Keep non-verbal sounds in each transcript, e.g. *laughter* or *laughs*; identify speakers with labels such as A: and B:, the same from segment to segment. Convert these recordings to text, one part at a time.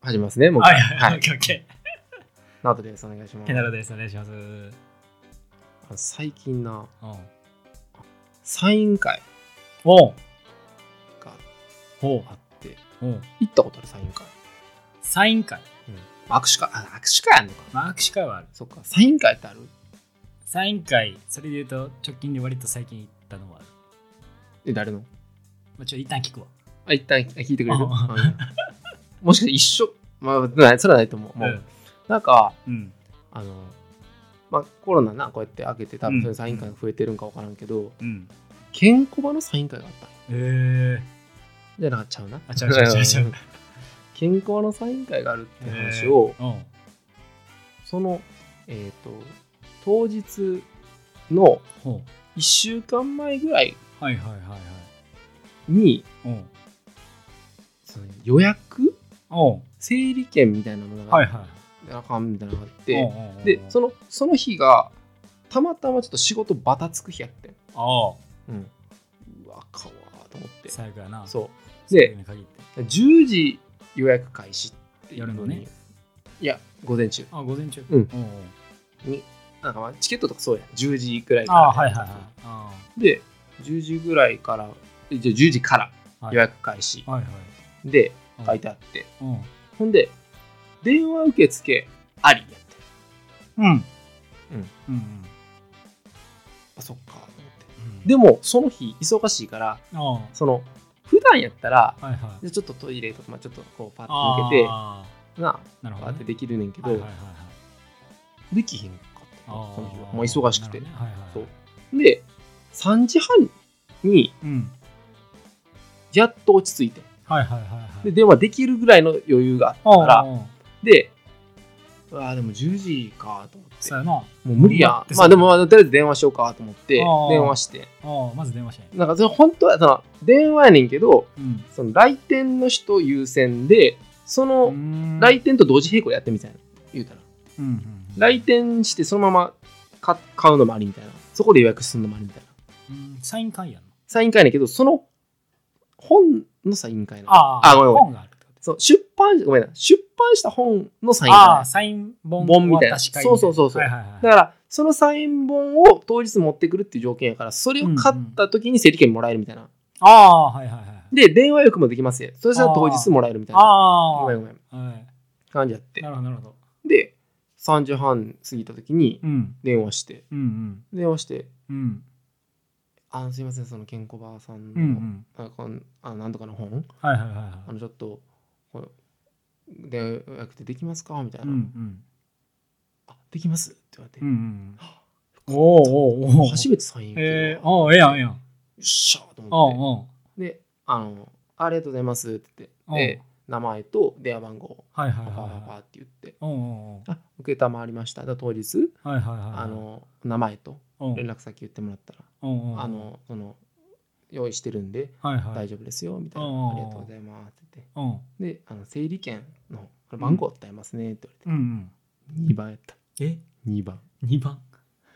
A: 始めますね、もう。
B: はい
A: は
B: はいい、オッケーオッケ
A: ナオトです、お願いしま
B: ー。
A: す
B: ケ。ナロです。お願いします。うん。
A: あ最近な、サイン会
B: おう
A: が
B: ほう
A: あって、
B: ほう
A: 行ったことあるサイン会。
B: サイン会。
A: 握手会、あ、握手会あんのか。
B: まあ、握手会はある。
A: そっか、サイン会ってある
B: サイン会、それで言うと、直近で割と最近行ったのはある。
A: え、誰の
B: まあ、ちょ、一旦聞くわ。
A: あ、一旦聞いてくれる、
B: うん
A: うんもしかして一緒まあ、ないそれはないと思う。もう、
B: ん。
A: なんか、
B: うん。
A: あの、まあ、コロナな、こうやって開けて、多
B: う
A: 分
B: ん
A: そういうサイン会が増えてるんか分からんけど、
B: うん。
A: ケンコバのサイン会があったんよ
B: えー。
A: じゃなかちゃうな。
B: あちゃうちゃうちゃうちゃう
A: うん。ケンコバのサイン会があるっていう話を、
B: えーうん。
A: その、えっ、と、当日の
B: ほ。
A: 1週間前ぐらいう
B: はいはいはいはい。
A: に、
B: うん。
A: その予約
B: おう。
A: 整理券みたいなものが、
B: はいは
A: あかんみたいなのがあっ
B: い。
A: て、
B: おう
A: で、そ
B: の。
A: の、その日が、たまたまちょっと仕事バタつく日やってん。
B: ああ。
A: うん。うわ、かわーと思って。
B: 最後やな。
A: そう。で、
B: に限って。
A: 10時予約開始っていう
B: 夜のね。
A: いや、午前中。
B: あ、午前中。
A: うん
B: おうおう
A: なんかまあチケットとかそうやん。10時ぐらいから。
B: ああ、はいはいはい。あ
A: で、10時ぐらいから、えじゃあ10時から
B: あはい
A: 予約開始。
B: はいはい。
A: で
B: うん
A: 書いてあって、
B: うん。
A: ほんで電話受付ありやって
B: うん。
A: うん。
B: うん。
A: あそっかと思って
B: うん。
A: でもその日忙しいから
B: あ
A: その普段やったら
B: あ。はいはい。
A: じゃあちょっとトイレとか、まあ、ちょっとこうパッ
B: あ
A: と抜け
B: あ
A: てな
B: ーなる
A: あ
B: ほ
A: パ
B: ど、
A: ッて
B: ね。
A: できるねんけど、
B: はいはいはいはい
A: できひんかった
B: あー
A: その日はもう忙しくて、
B: なるほどねはいはい、
A: そうで3時半に
B: うん。
A: やっと落ち着いて
B: はいはいはいはい。
A: で電話できるぐらいの余裕があった
B: おうお
A: か
B: う
A: らでうわーでも10時かと思って
B: そうやな。
A: もう無理や
B: うん
A: まあでもまあとりあえず電話しようかと思って
B: あー
A: 電話して
B: おうまず電話しない。
A: なんかそれ本当はその電話やねんけど
B: うん
A: その来店の人優先でそうの
B: ーん。
A: 来店と同時並行でやってみたいな言うたら
B: うんうんうん。
A: 来店してそのまま買買うのもありみたいなそこで予約するのもありみたいな
B: うんサイン会やんの。
A: サイン会やねんけどその本のサイン会なの
B: ああ、
A: あごめんごめん
B: 本があるってこと
A: そう出版ごめんな出版した本のサイン会なの
B: ああ、サイン本
A: 本みたいな
B: 渡し会
A: そうそうそうそう
B: はいはいはい。
A: だからそのサイン本を当日持ってくるっていう条件やからそれを買った時に整理券もらえるみたいな、
B: ああ、はいはいはい。
A: で電話予約もできますよそしたら当日もらえるみたいな
B: ああ。
A: ごめんごめん
B: は
A: 感じやって
B: い。なるほど、なるほど。
A: で3時半過ぎた時に
B: うん。
A: 電話して
B: うん
A: 電話して
B: うん。うん。
A: 「あのすいませんそのケンコバさんの、
B: うんうん。
A: あこんあなんとかの本
B: はいはいはいは
A: あ
B: い。
A: のちょっとこれで予約ってできますか?」みたいな「
B: うんうん。
A: あできます」って言われて
B: うんうん。
A: 「
B: お
A: お
B: おおお。
A: 初めてサイン受けたわ
B: えー、
A: よ
B: おうええやんええやん。
A: っしゃ!」と
B: おう
A: 思っ
B: おう
A: てであの「ありがとうございます」って
B: お
A: 言っ
B: う
A: てで名前と電話番号
B: はいはい
A: パ
B: はい
A: パパ
B: は
A: パ
B: い。
A: って言って
B: おうおう
A: 「あ承りました」だ当日
B: おうはいはいはいはい。
A: あの名前と
B: うん、
A: 連絡先言ってもらったら
B: うんうんうん
A: あ、のその用意してるんで
B: はいはい。
A: 大丈夫ですよみたいな、
B: うんうんうん
A: ありがとうございますって言っ
B: うん。
A: てであの整理券のこれ番号伝えますねって
B: う
A: 言わ
B: んうん。
A: れて、二2番やった
B: え
A: 2番
B: *laughs* ?2 番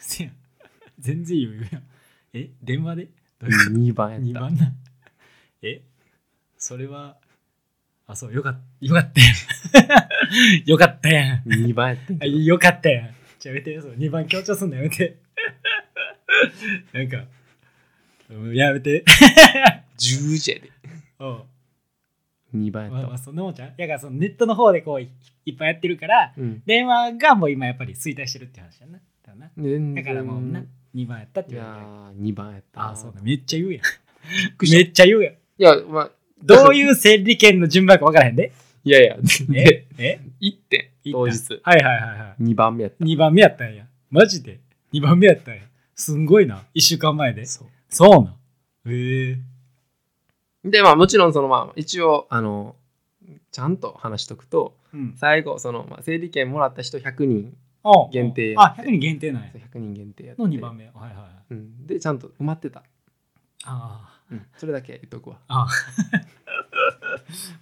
B: せやん。全然余裕やん。え電話でどういうこ
A: 2番
B: と
A: や
B: ?2
A: っ
B: 番な。えそれは、あ、そう、よかった。よかった *laughs* やん。よかったやん
A: た2番やったん
B: *laughs* あ。
A: けど
B: よかったやん。じゃあやめて、そう2番強調すんのやめて。 *laughs* なんか、うんやめて。
A: 10時やで
B: おう
A: 2番やっ
B: まあ
A: た
B: ま
A: わ、
B: あそんなもんじゃん。やからそのネットの方でこういいっぱいやってるから、
A: うん、
B: 電話がもう今やっぱり衰退してるって話やな。だな
A: 全
B: だ
A: 然
B: からもうな、2番やったって
A: い
B: 言
A: や
B: われて。
A: ー2番やった
B: あ
A: わ
B: あ、そうだ、めっちゃ言うやん。
A: びっくり
B: め
A: し
B: っちゃ言
A: *laughs*
B: うやん。
A: たいやまあ
B: どういう整理券の順番か分からへ
A: *laughs*
B: んで。
A: いやいや
B: え
A: で
B: え
A: 1点
B: 一旦
A: 当日
B: はいはいはいは
A: 2番目やっ
B: い。2番目やったんや。マジで ?2 番目やったんや。すんごいな。1週間前で
A: た。そう
B: そうなん。へえ。
A: でまあもちろんそのまあ一応あのちゃんと話しとくと
B: うん。
A: 最後その、まあ、整理券もらった人100人
B: おう
A: 限定や
B: あ、100人限定なんや。
A: 100人限定やって
B: の2番目。はいはいはい。
A: うん、でちゃんと埋まってた、
B: あ
A: うん、それだけ言っとくわ、
B: あ。ああ。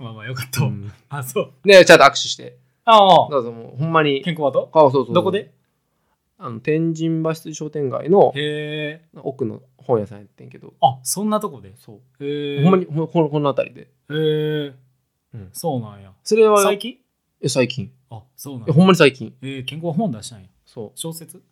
B: まあまあよかったわ。
A: うん
B: あ、そう。
A: でちゃんと握手して
B: ああ。
A: どうぞもうほんまに
B: 健康はど
A: あそうそうそう
B: どこで
A: あの天神橋筋商店街の
B: へえ。
A: 奥の本屋さんやってんけど
B: あ、そんなとこで
A: そう、
B: へえ。
A: ほんまにほんこのこの辺りで
B: へえ、
A: うん
B: そうなんや。
A: それは
B: 最近
A: え、最近。
B: あ、そうなん
A: え、
B: だ
A: ほんまに最近。
B: えー健康本出したんや。
A: そ
B: 小説
A: う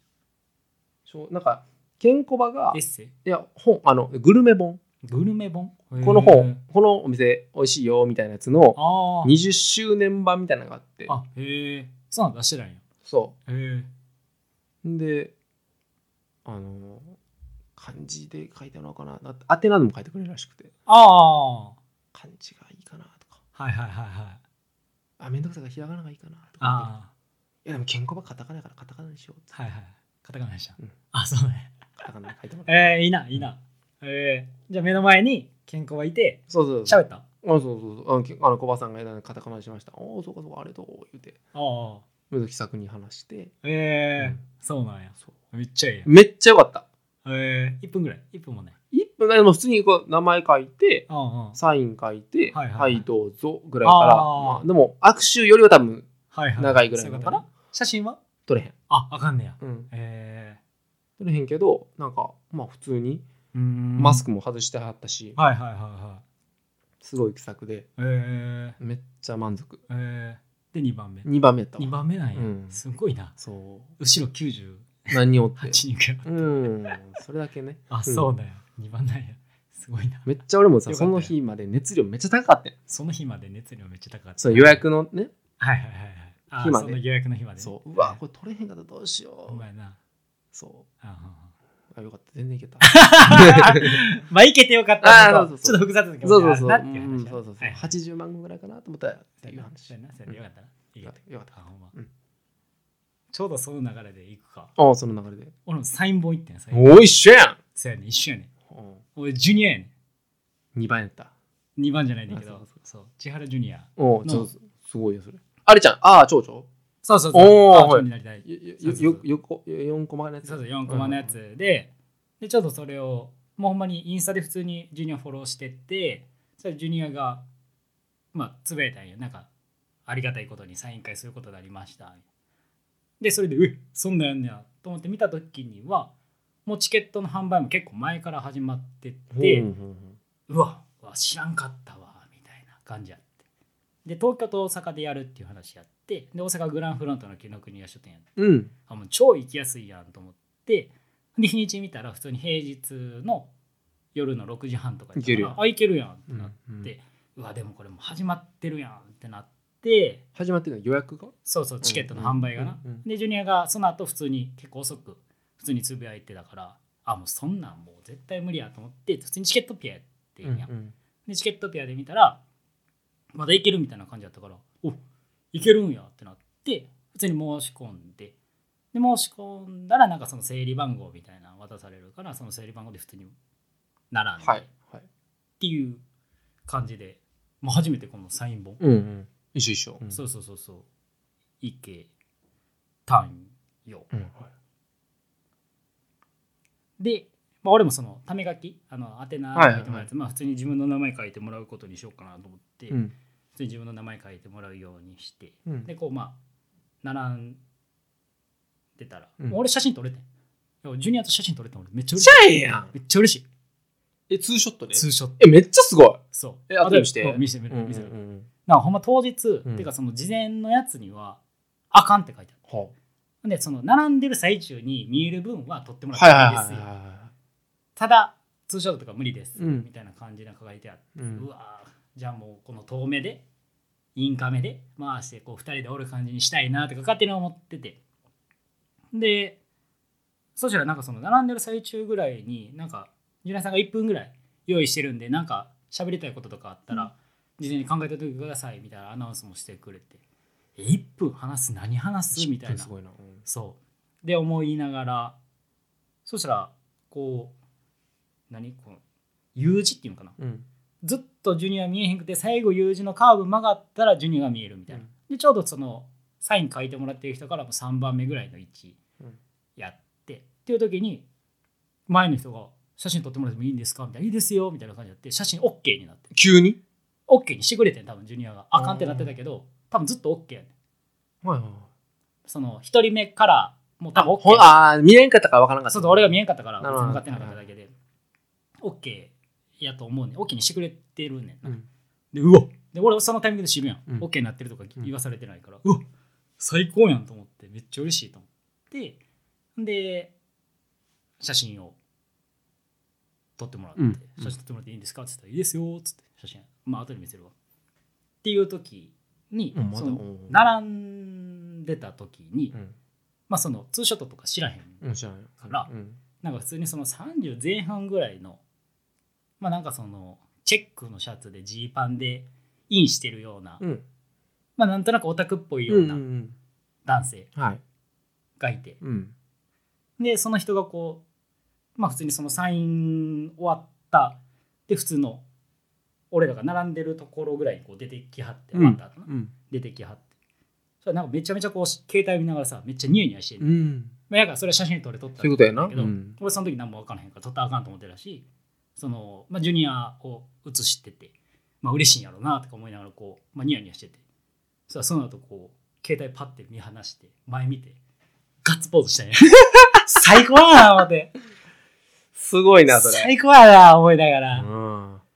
A: しょ。なんか、ケンコバが
B: エッ、セイ
A: いや、本、あの、グルメ本。
B: グルメ本
A: こ
B: こ
A: の本、このお店美味しいよ、みたいなやつの
B: あー
A: 20周年版みたいなのがあって。
B: あ、へえ。そうなんだ、出してたんや。
A: そ
B: へえ。
A: う。で、あの、漢字で書いたのかな。なんかアテナでも書いてくれるらしくて、
B: ああ。
A: 漢字がいいかなとか。
B: はいはいはいはい。
A: あ、めんどくさいからひらがながいいかなとか。
B: あ
A: いや、でもケンコバカタカナやからカタカナにしようっつって
B: あ。はいはい。カタカナでした。
A: うん
B: あ、そうね。
A: カタカナに書いてもらった。
B: えー、いいな、いいな。えー、じゃあ目の前に健康がいて、
A: そうそうそう。
B: 喋った。あ
A: あそうそうそうあのけあの小バさんが選んでカタカナにしましたおおそうかそうかありがとう言うて
B: あ。
A: 無敵作に話して
B: えー、
A: うん
B: そうなんや。
A: そう
B: めっちゃいいやん。
A: めっちゃよかった
B: えー、1分ぐらい。1分もね。
A: 1分でも普通にこう名前書いて
B: ああ、ああ
A: サイン書いて「
B: は
A: はいい
B: はいはい
A: どうぞ」ぐらいから
B: あー
A: まあ、でも握手よりは多分
B: はいはい。
A: 長いぐらい
B: そう
A: の
B: うことかな写真は
A: 取れへん、
B: あ、わかんねや。
A: うん、
B: え
A: 取れへんけどなんかまあ普通に
B: ー、うーん
A: マスクも外してはったし、
B: はいはいはいはい。
A: すごい気さくで
B: えー、
A: めっちゃ満足
B: えー、で2番目。
A: 2番目やったわ
B: 2番目なんや。
A: うん
B: すごいな。
A: そ
B: 後ろ98
A: う何をって
B: 人かよ。
A: うんそれだけね
B: あ、
A: うん
B: そうだよ。2番なんや。すごいな。
A: めっちゃ俺もさ
B: よかった
A: そ
B: よ
A: の日まで熱量めっちゃ高かったよ
B: その日まで熱量めっちゃ高かった。
A: その予約のね
B: はいはいはいはい。あー
A: 日まで
B: その予約の日までね。
A: そううわこれ取れへんかったらどうしよ
B: お
A: う
B: 前な。
A: そ
B: あは
A: うあよかった全然い
B: *laughs*
A: けた *laughs*
B: はまあ、いけてよかったの
A: あ
B: と
A: ーそうそうそう
B: ちょっと複雑な気持
A: そう
B: ち
A: そう
B: が
A: そう
B: なっ
A: う
B: てい
A: ん
B: う話や
A: そうそうそう
B: はいはい
A: 80万ぐらいかなと思ったらっていう
B: そ
A: 話
B: うやなそうやなよかったな。い
A: よ
B: いよ
A: かったよかっ
B: あほんま
A: うん
B: ちょうどその流れで行くか。
A: たああその流れで
B: 俺もサイン本行ってん、サイン。
A: おいしょやん
B: そうやね、一緒やね。
A: うん
B: 俺、ジュニアやね。
A: 2番やった
B: 2番じゃないねんだけど
A: あそうそう、
B: そう、千原ジュニア。
A: おお
B: の
A: ちょっとすごいよそれあれちゃんああ蝶々
B: そうそう
A: おー
B: そう。
A: はい
B: になりたい。
A: よよよ
B: そうそうそう
A: よよこよ4コマのやつ
B: そうそう、4コマのや
A: うん
B: つで、で、ちょっとそれを、もうほんまにインスタで普通にジュニアフォローしてって、それジュニアが、まあ、つぶやいたんよ。なんか、ありがたいことにサイン会することになりました。で、それで、うっ、そんなんやんねやと思って見たときには、もうチケットの販売も結構前から始まってて、
A: うんうん
B: うわうわ知らんかったわみたいな感じやってで東京と大阪でやるっていう話やってで大阪グランフロントの紀ノ国屋書店やって
A: うんうん
B: あもう超行きやすいやんと思ってで日にち見たら普通に平日の夜の6時半とかやった
A: いける
B: か
A: や
B: ら
A: ん
B: あいけるやんって
A: うん
B: なって、
A: うん
B: でうわでもこれもう始まってるやんってなって
A: 始まってるの予約が
B: そうそうチケットの販売がな、
A: うんうんうん
B: でジュニアがその後普通に結構遅く普通につぶやいてたからあもうそんなんもう絶対無理やと思って普通にチケットピアやってんや、
A: うん
B: でチケットペアで見たらまだいけるみたいな感じだったからおいけるんやってなって普通に申し込んでで申し込んだらなんかその整理番号みたいなの渡されるからその整理番号で普通に並んで、
A: は
B: っ
A: いはい
B: ていう感じで、まあ、初めてこのサイン本、
A: うんうん一緒一緒うん
B: そうそうそうそういけたんよ
A: うんはい
B: で、まあ、俺もそのため書きあの宛名書いてもらうやつ、まあ、普通に自分の名前書いてもらうことにしようかなと思って、
A: うん
B: 普通に自分の名前書いてもらうようにして、
A: うん
B: でこうまあ並んでたら、
A: うん
B: もう俺写真撮れてんいやジュニアと写真撮れてん俺めっちゃ
A: めっ
B: 嬉
A: ちゃ
B: しい
A: ええやん
B: めっちゃ嬉しい
A: えツーショットで
B: ツーショット
A: えめっちゃすごい
B: そう
A: え後で見せて
B: うん見せて見
A: う
B: せて
A: ん
B: 見せて、
A: うんうん
B: なんかほんま当日、
A: うん
B: てかその事前のやつにはあかんって書いてある
A: は
B: ほんでその並んでる最中に見える分は撮ってもらって
A: はいはい
B: いいですよ、
A: はいは
B: ただツーショットとか無理です、
A: うん
B: みたいな感じな書いてあって
A: いうん
B: うわーじゃあもうこの遠目でインカメで回してこう2人でおる感じにしたいなとか勝手に思っててでそしたらなんかその並んでる最中ぐらいになんかジュニアさんが1分ぐらい用意してるんでなんか喋りたいこととかあったら事前に考えておいてくださいみたいなアナウンスもしてくれてえ1分話す何話すみたいな
A: すごいなうん
B: そうで思いながらそしたらこう何この U 字っていうのかな
A: うん
B: ずっとジュニア見えへんくて最後 U 字のカーブ曲がったらジュニアが見えるみたいな、
A: うん
B: でちょうどそのサイン書いてもらってる人からも3番目ぐらいの位置
A: うん
B: やって、っていう時に前の人が「写真撮ってもらってもいいんですか?」みたいな「いいですよ」みたいな感じになって写真 OK になって
A: 急に
B: OK にしてくれてん多分ジュニアがあかんってなってたけど多分ずっと OK やねん
A: はいはい
B: その1人目からもう多分 OK
A: ほんあー見れんかったからわからんかった
B: そうそう俺が見えんかったから
A: なる
B: 別
A: ほ
B: に
A: ど
B: 分かってなかっただけで OK やと思うねん OK にしてくれてるねんな、
A: うん
B: でうわで俺そのタイミングで渋いやん、
A: うん
B: OK になってるとか
A: うん
B: 言わされてないから、うわ最高やんと思ってめっちゃ嬉しいと思ってで写真を撮ってもらって、
A: うん
B: 写真撮ってもらっていいんですかって言ったら「いいですよ」っつって写真まあ後で見せるわっていう時に、
A: うんまだ
B: その
A: うん
B: 並んでた時に、
A: うん
B: まあそのツーショットとか知らへん、
A: うん知らない
B: から
A: うん
B: なんか普通にその30前半ぐらいのまあなんかそのチェックのシャツでジーパンでインしてるような、
A: うん
B: まあなんとなくオタクっぽいよ
A: う
B: うん
A: う
B: なん男性
A: うんはい
B: がいて、
A: うん
B: でその人がこうまあ普通にそのサイン終わったで普通の俺らが並んでるところぐらいにこう出てきはって終わった後な
A: うん
B: 出てきはってそれなんかめちゃめちゃこう携帯見ながらさめっちゃニヤニヤしてる、
A: うん
B: まあやからそれは写真撮れとった
A: そういうことやな
B: だけど、
A: うん
B: 俺その時何も分からへんから撮ったらあかんと思ってるしその、まあ、ジュニアを写してて、まあ嬉しいんやろうなとか思いながらこう、まあ、ニヤニヤしててそしたらその後こう携帯パッて見放して前見てガッツポー
A: *laughs*
B: ズしたんや最高やな思って
A: すごいなそれ
B: 最高やな思いなが
A: う
B: ら、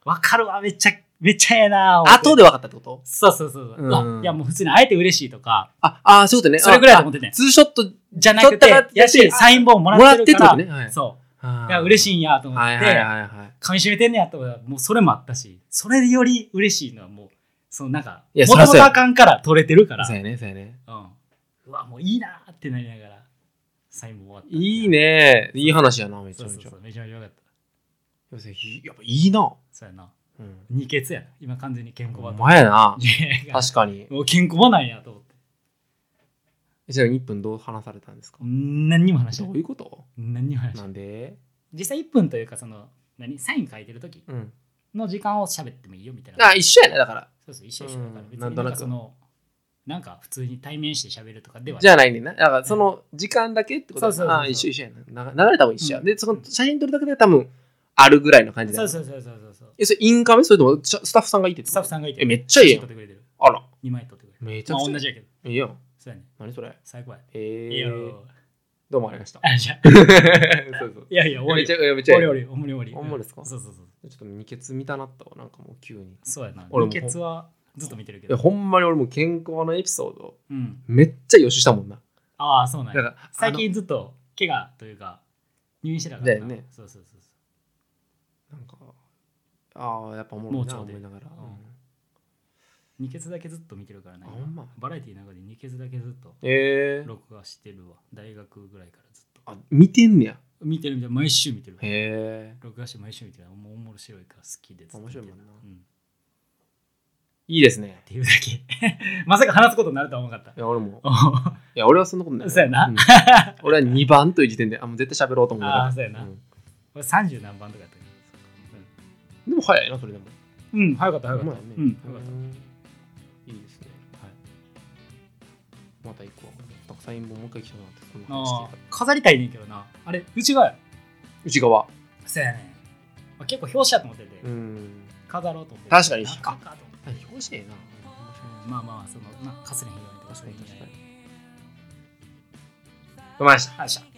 B: わ
A: ん
B: かるわめっちゃめっちゃええな思って
A: 後で分かったってこと
B: そうそうそうそう、
A: うん
B: うわいやもう普通に会えて嬉しいとか
A: ああーそういうことね
B: それぐらいだと思ってて
A: あツーショット
B: じゃなく
A: ちょっと
B: て
A: 待って
B: やしサイン本もらってるから
A: もらってってことねはい
B: そういや
A: あ
B: 嬉し
A: い
B: いんやと思っ
A: はい
B: て、
A: はいはいはい
B: 噛みしめてんねやともうそれもあったしそれより嬉しいのはもうそのなんか
A: いや
B: もと
A: そら
B: も
A: そう
B: と
A: や
B: あかんから取れてるから
A: そうやねそうやね
B: うん、うわもういいなーってなりながら最後終わった
A: いいねいい話やなめち
B: そ
A: ゃ
B: う
A: め
B: そう
A: ちゃ
B: そうめちゃめちゃよかった
A: 要するにやっぱいいな
B: そうやな
A: うん
B: 二血やな今完全に健康
A: お
B: 版
A: 前やな
B: 確
A: 確かに
B: もう健康版なんやと思って
A: じゃあ1分どう話されたんですか
B: 何にも話し
A: ど
B: な
A: う
B: い
A: いうこと
B: 何にも話し
A: な
B: ない
A: んで
B: 実際1分というかその何サイン書いてる時
A: うん
B: の時間を喋ってもいいよみたいな
A: あ一緒やねだから
B: そうそう一緒一緒だから
A: うん
B: 別に
A: な
B: なんん
A: となく
B: かそのなんか普通に対面して喋るとかではない
A: じゃないねんなだからその時間だけってことやな
B: そうそうそうそう
A: あ一緒一緒やなな流れたもん一緒や
B: うん
A: でその写真撮るだけで多分あるぐらいの感じだ
B: そ
A: よ
B: う
A: ね
B: そうそうそうそうそう。
A: えそれインカメそれともスタッフさんがいてってこと
B: スタッフさんがいて。
A: えめっちゃいいやん
B: 写真撮ってくれてる。
A: あら
B: 2枚撮ってくれてる。
A: めちゃ
B: ま
A: く
B: あ
A: ちゃ
B: 同じやけど。
A: いいやん
B: そうやね。
A: 何それ
B: 最高や。
A: え
B: いい
A: ー
B: よ。
A: どうもありが
B: *laughs*
A: とう
B: あ、じゃあ
A: ございましたそうそう
B: いやいや、終わ
A: め
B: り
A: ち
B: よ。
A: ゃめち
B: 終
A: ゃ
B: わり終わり。おもり終わり。
A: ほんまですか
B: うんそうそうそう。
A: ちょっと二血見たなったわなんかもう急に
B: そうやな。
A: 俺
B: 俺
A: も
B: も。血はずっと見てるけ
A: いや
B: ど。
A: ほんまに俺も健康のエピソード
B: うん。
A: めっちゃ予習したもんな
B: ああ、そうな
A: だ
B: ん
A: か
B: や。
A: ら
B: 最近ずっと怪我というか、入院してたからな。
A: だよね
B: そうそうそうそ
A: あのなんかああやっぱおもろいな思
B: 盲腸で
A: いながら、
B: うん
A: うん
B: う。2血だけずっと見てるからね。
A: あほんま
B: バラエティの中で2血だけずっと
A: えー、
B: 録画してるわ。大学ぐらいからずっと。
A: あ見てんねや
B: 見てるみたい。毎週見てる。
A: へえ
B: 録画して毎週見てる。もう面白いから好きでずっと見てる。
A: 面白いもんな
B: うん。
A: いいですね
B: っていうだけ *laughs* まさか話すことになるとは思わなかっ
A: いや俺も
B: たお
A: いや俺はそんなことない
B: そうやなん
A: 俺は2番という時点であもう絶対喋ろうと思う
B: あーそうやな俺30何番とかやったけ
A: でも早いなそれでも
B: どうん早かった早か
A: ま
B: っ
A: あ
B: た
A: ね
B: うん早かっ
A: うんいいですね
B: たはい
A: また行こうたくさんもう一回来てもらってこの話聞
B: あ
A: い
B: ー
A: た
B: 飾りたいねんけどなあれうちが
A: 内側
B: そうやねんまあ結構表紙やと思ってて
A: うん
B: 飾ろうと思って
A: 確かに
B: 中かと思って
A: 表紙ええな
B: うんまあまあそのなかすれへんようにとかそういうの
A: ごめんなさい
B: はいしゃ